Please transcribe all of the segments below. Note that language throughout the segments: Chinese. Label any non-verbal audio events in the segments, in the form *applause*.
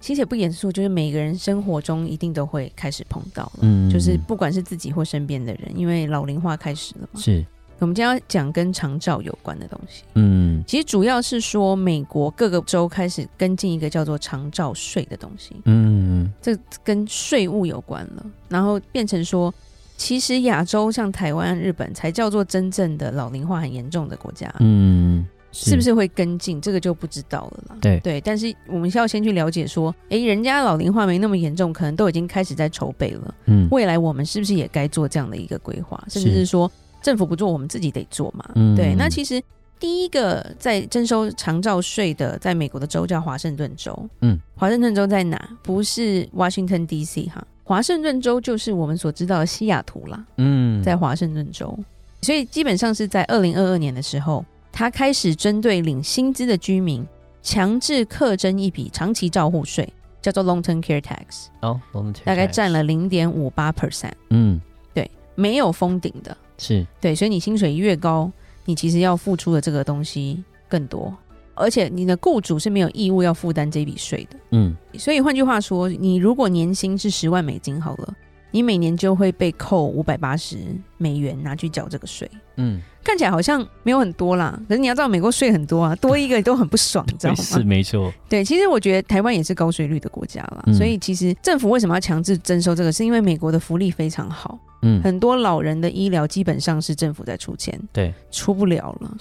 其实也不严肃，就是每个人生活中一定都会开始碰到了，嗯就是不管是自己或身边的人，因为老龄化开始了嘛。是，我们今天要讲跟长照有关的东西。嗯其实主要是说，美国各个州开始跟进一个叫做长照税的东西，嗯跟税务有关了，然后变成说，其实亚洲像台湾、日本才叫做真正的老龄化很严重的国家，嗯，是不？是会跟进？这个就不知道了啦。对对，但是我们是要先去了解说，诶，人家老龄化没那么严重，可能都已经开始在筹备了，嗯未来我们是不是也该做这样的一个规划，甚至是是说政府不做，我们自己得做嘛？嗯对，那其实第一个在征收长照税的，在美国的州叫华盛顿州。嗯，华盛顿州在哪？不是 Washington D.C. 哈，华盛顿州就是我们所知道的西雅图啦，嗯在华盛顿州。所以基本上是在二零二二年的时候，他开始针对领薪资的居民，强制课征一笔长期照护税，叫做 long-term care tax，哦，我们大概占了零点五八 percent，嗯没有封顶的。是对，所以你薪水越高，你其实要付出的这个东西更多，而且你的雇主是没有义务要负担这笔税的。嗯所以换句话说，你如果年薪是十万美金好了，你每年就会被扣五百八十美元拿去缴这个税。嗯，看起来好像没有很多啦，可是你要知道美国税很多啊，多一个都很不爽，你知道对 *laughs* 吗？是没错，对，其实我觉得台湾也是高税率的国家啦，嗯所以其实政府为什么要强制征收这个，是因为美国的福利非常好，嗯很多老人的医疗基本上是政府在出钱，对，出不了 *laughs* 了，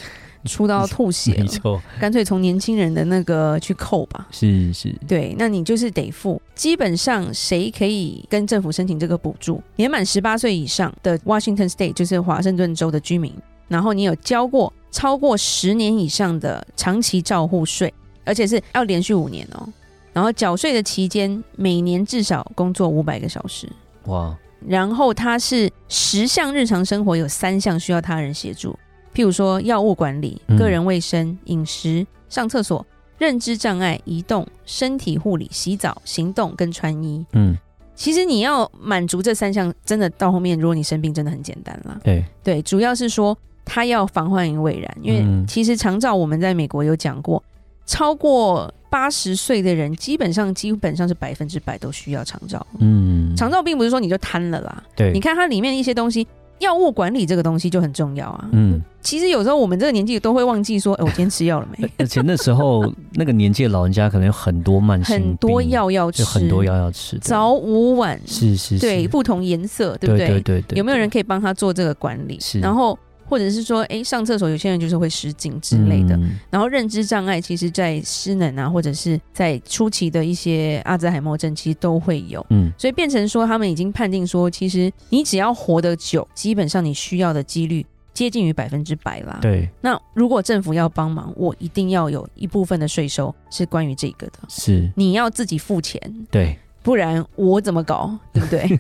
出到吐血没了，错，干脆从年轻人的那个去扣吧。是是，对，那你就是得付。基本上谁可以跟政府申请这个补助？年满十八岁以上的 Washington State，就是华盛顿州的居民，然后你有交过超过十年以上的长期照护税，而且是要连续五年哦。然后缴税的期间，每年至少工作五百个小时。哇，然后它是十项日常生活有三项需要他人协助，譬如说药物管理嗯、个人卫生、饮食、上厕所、认知障碍、移动、身体护理、洗澡、行动跟穿衣。嗯其实你要满足这三项，真的到后面，如果你生病，真的很简单啦。对，对，主要是说他要防患于未然，因嗯为其实长照我们在美国有讲过，超过八十岁的人，基本上基本上是百分之百都需要长照。嗯长照并不是说你就瘫了啦，对，你看它里面的一些东西，药物管理这个东西就很重要啊。嗯，其实有时候我们这个年纪都会忘记说，哎、我今天吃药了没？而且那时候 *laughs* 那个年纪的老人家可能有 *laughs* 很多慢性病很多，药要吃，就很多，药要吃的，早午晚，是是是，对，不同颜色，对对不对对对，有没有人对可以帮他做这个管理？是然后或者是说，哎、上厕所有些人就是会失禁之类的。嗯然后认知障碍，其实在失能啊，或者是在初期的一些阿兹海默症，其实都会有。嗯所以变成说，他们已经判定说，其实你只要活得久，基本上你需要的几率接近于百分之百啦。。对那如果政府要帮忙，我一定要有一部分的税收是关于这个的，是，你要自己付钱，对不然我怎么搞，对不对？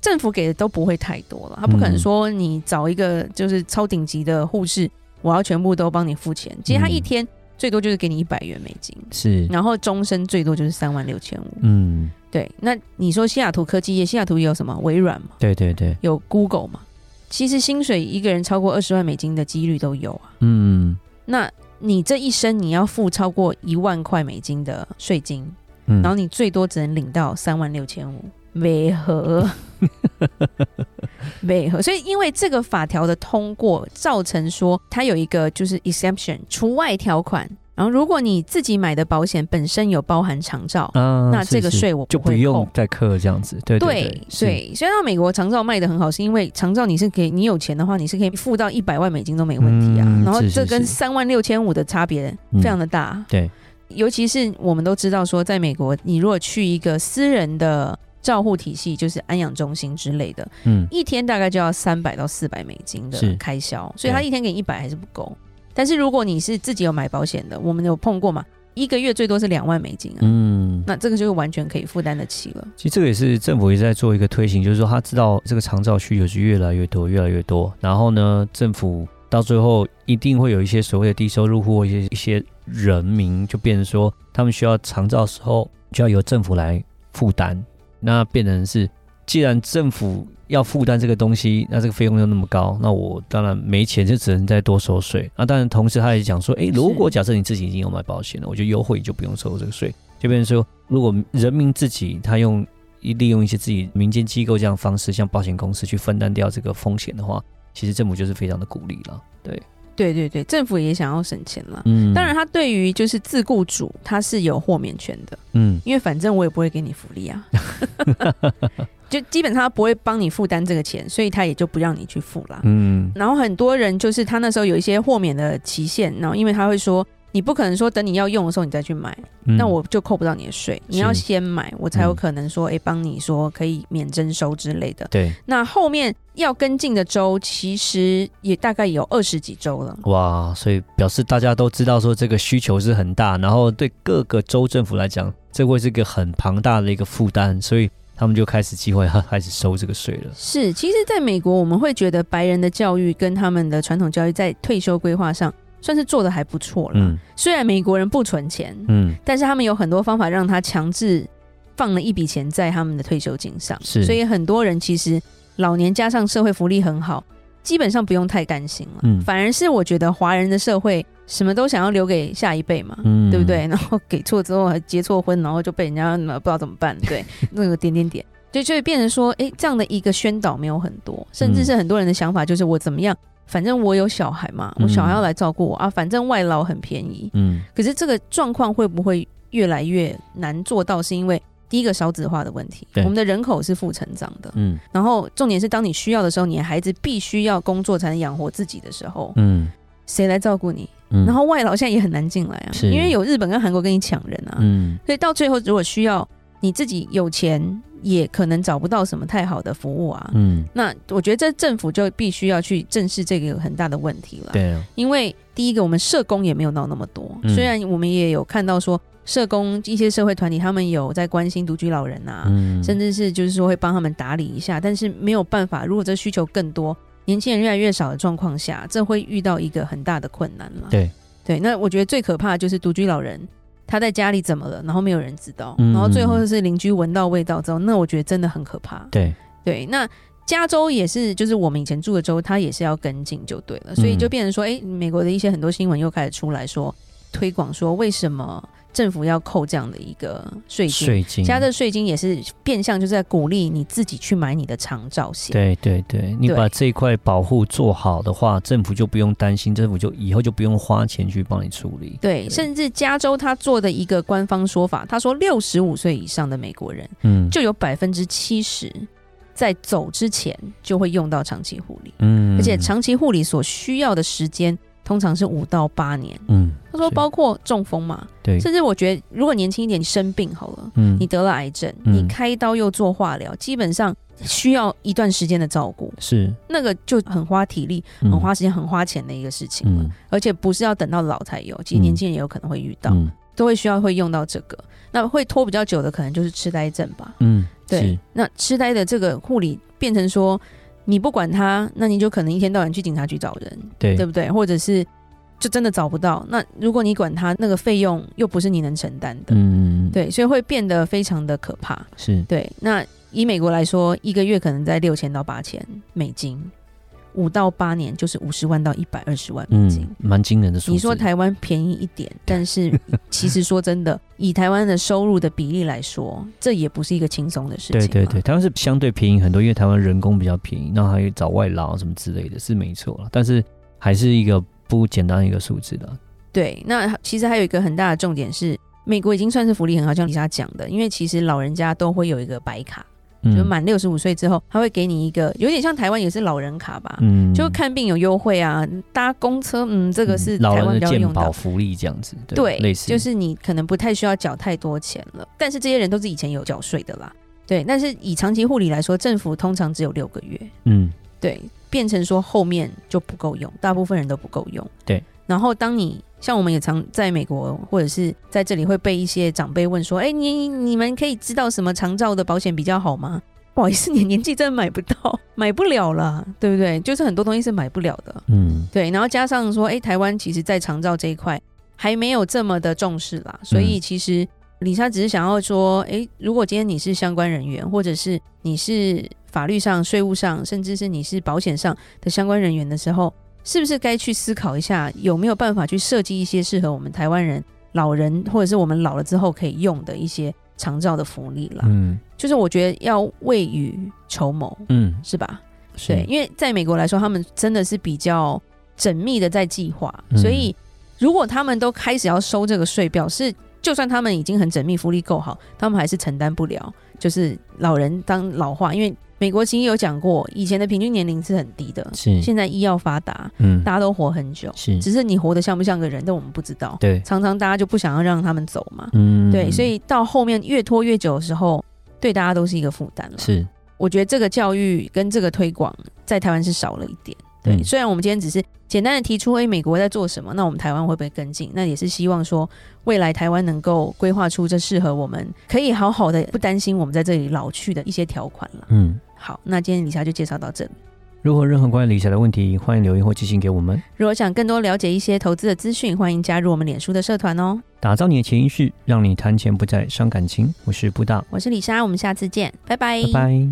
政府给的都不会太多了，他不可能说你找一个就是超顶级的护士，我要全部都帮你付钱。其实他一天最多就是给你一百元美金，是，然后终身最多就是三万六千五。嗯对，那你说西雅图科技业，西雅图也有什么？微软嘛，对对对，有 Google 嘛。其实薪水一个人超过二十万美金的几率都有啊。嗯那你这一生你要付超过一万块美金的税金，嗯，然后你最多只能领到三万六千五，违 *laughs* 和，违和。所以因为这个法条的通过，造成说它有一个就是 exception 除外条款。然后如果你自己买的保险本身有包含长照，啊那是这个是税我就不不会用扣再刻这样子，对对对对，虽然到美国长照卖的很好，是因为长照你是可以，你有钱的话，你是可以付到一百万美金都没问题啊。嗯然后是是这跟是三万六千五的差别嗯非常的大。对，尤其是我们都知道说，在美国，你如果去一个私人的照护体系，就是安养中心之类的，嗯一天大概就要三百到四百美金的是开销，所以对他一天给你一百还是不够。但是如果你是自己有买保险的，我们有碰过嘛？一个月最多是两万美金啊。嗯，那这个就是完全可以负担得起了。其实这个也是政府一直在做一个推行，就是说他知道这个长照需求是越来越多，越来越多。然后呢，政府到最后一定会有一些所谓的低收入户，或一些一些人民，就变成说他们需要长照的时候就要由政府来负担。那变成是，既然政府要负担这个东西，那这个费用又那么高，那我当然没钱，就只能再多收税。啊那当然，同时他也讲说，诶，如果假设你自己已经有买保险了，我就优惠，你就不用收这个税。就变成说，如果人民自己他用一利用一些自己民间机构这样的方式，像保险公司去分担掉这个风险的话，其实政府就是非常的鼓励了。对，对对对，政府也想要省钱了。嗯当然，，他对于就是自雇主，他是有豁免权的，嗯，因为反正我也不会给你福 *laughs* 利啊，就基本上他不会帮你负担这个钱，所以他也就不让你去付啦。嗯，然后很多人就是他那时候有一些豁免的期限，然后因为他会说，你不可能说等你要用的时候你再去买，嗯那我就扣不到你的税，你要先买，我才有可能说，哎、帮你说可以免征收之类的。对，那后面要跟进的州其实也大概有二十几州了。哇，所以表示大家都知道说这个需求是很大，然后对各个州政府来讲，这会是一个很庞大的一个负担，所以他们就开始计划要开始收这个税了。是，其实在美国，我们会觉得白人的教育跟他们的传统教育在退休规划上算是做的还不错了。嗯虽然美国人不存钱，嗯，但是他们有很多方法让他强制放了一笔钱在他们的退休金上，是所以很多人其实老年加上社会福利很好，基本上不用太担心了。嗯反而是我觉得华人的社会什么都想要留给下一辈嘛。嗯对不对？？然后给错之后还结错婚，然后就被人家呃不知道怎么办，对，那个点点点，就就会变成说，哎，这样的一个宣导没有很多，甚至是嗯很多人的想法就是我怎么样，反正我有小孩嘛，我小孩要来照顾我啊，反正外劳很便宜，嗯可是这个状况会不会越来越难做到？是因为第一个少子化的问题，对我们的人口是负成长的，嗯然后重点是当你需要的时候，你的孩子必须要工作才能养活自己的时候，嗯谁来照顾你？嗯，然后外劳现在也很难进来啊，是因为有日本跟韩国跟你抢人啊，嗯所以到最后如果需要你自己有钱，也可能找不到什么太好的服务啊。嗯，那我觉得这政府就必须要去正视这个很大的问题了。对啊，因为第一个，我们社工也没有到那么多，嗯虽然我们也有看到说社工一些社会团体他们有在关心独居老人啊，嗯，甚至是就是说会帮他们打理一下，但是没有办法，如果这需求更多，年轻人越来越少的状况下，这会遇到一个很大的困难了。对对，那我觉得最可怕的就是独居老人。他在家里怎么了？然后没有人知道，嗯然后最后是邻居闻到味道之后，那我觉得真的很可怕。对，对，那加州也是，就是我们以前住的州，它也是要跟进就对了，所以嗯就变成说，诶，美国的一些很多新闻又开始出来说，推广说为什么政府要扣这样的一个税金。税金，其他的税金也是变相，就是在鼓励你自己去买你的长照险。对对对，你对把这一块保护做好的话，政府就不用担心，政府就以后就不用花钱去帮你处理。对，甚至加州他做的一个官方说法，他说六十五岁以上的美国人嗯，就有百分之七十在走之前就会用到长期护理，嗯而且长期护理所需要的时间通常是五到八年。嗯，他说是包括中风嘛，对，甚至我觉得如果年轻一点你生病好了，嗯你得了癌症，嗯你开刀又做化疗，基本上需要一段时间的照顾，是那个就很花体力、很嗯花时间、很花钱的一个事情了。嗯而且不是要等到老才有，其实嗯年轻人也有可能会遇到，嗯都会需要会用到这个。那会拖比较久的，可能就是痴呆症吧。嗯，对是，那痴呆的这个护理变成说，你不管他，那你就可能一天到晚去警察局找人，对对不对？或者是就真的找不到。那如果你管他，那个费用又不是你能承担的，嗯对，所以会变得非常的可怕。是对，那以美国来说，一个月可能在六千到八千美金，五到八年就是五十万到一百二十万美金。嗯蛮惊人的数字。你说台湾便宜一点，但是 *laughs* *laughs* 其实说真的，以台湾的收入的比例来说，这也不是一个轻松的事情。对对对，，台湾是相对便宜很多，因为台湾人工比较便宜，那还有找外劳什么之类的，是没错了。但是还是一个不简单的一个数字的。对，那其实还有一个很大的重点是，美国已经算是福利很好，像李莎讲的，因为其实老人家都会有一个白卡，嗯就满六十五岁之后，他会给你一个有点像台湾也是老人卡吧，嗯就看病有优惠啊，搭公车，嗯，这个是嗯老台湾人比的较健用保到。福利这样子，对，类似就是你可能不太需要缴太多钱了，但是这些人都是以前有缴税的啦。对，但是以长期护理来说，政府通常只有六个月，嗯对，变成说后面就不够用，大部分人都不够用。对，然后当你像我们也常在美国或者是在这里会被一些长辈问说：“哎，你你们可以知道什么长照的保险比较好吗？”不好意思，你年纪真的买不到，买不了了，对不对？就是很多东西是买不了的，嗯，对。然后加上说，哎，台湾其实在长照这一块还没有这么的重视啦，所以其实李莎只是想要说，哎，如果今天你是相关人员，或者是你是法律上、税务上，甚至是你是保险上的相关人员的时候，是不是该去思考一下，有没有办法去设计一些适合我们台湾人、老人，或者是我们老了之后可以用的一些长照的福利啦？嗯就是我觉得要未雨绸缪，嗯，是吧？是对，因为在美国来说，他们真的是比较缜密的在计划，嗯所以如果他们都开始要收这个税，表示就算他们已经很缜密，福利够好，他们还是承担不了，就是老人当老化，因为美国其实有讲过，以前的平均年龄是很低的，是现在医药发达，嗯大家都活很久，是只是你活得像不像个人，但我们不知道，对常常大家就不想要让他们走嘛，嗯对，所以到后面越拖越久的时候，对大家都是一个负担了。嗯是我觉得这个教育跟这个推广在台湾是少了一点。对，嗯虽然我们今天只是简单的提出，哎，美国在做什么，那我们台湾会不会跟进？那也是希望说，未来台湾能够规划出这适合我们，可以好好的不担心我们在这里老去的一些条款了。嗯。好，那今天李霞就介绍到这里。如果有任何关于理财的问题，欢迎留言或寄信给我们。如果想更多了解一些投资的资讯，欢迎加入我们脸书的社团哦。打造你的潜意识，让你谈钱不再伤感情。我是布大，我是李莎，我们下次见，拜拜拜。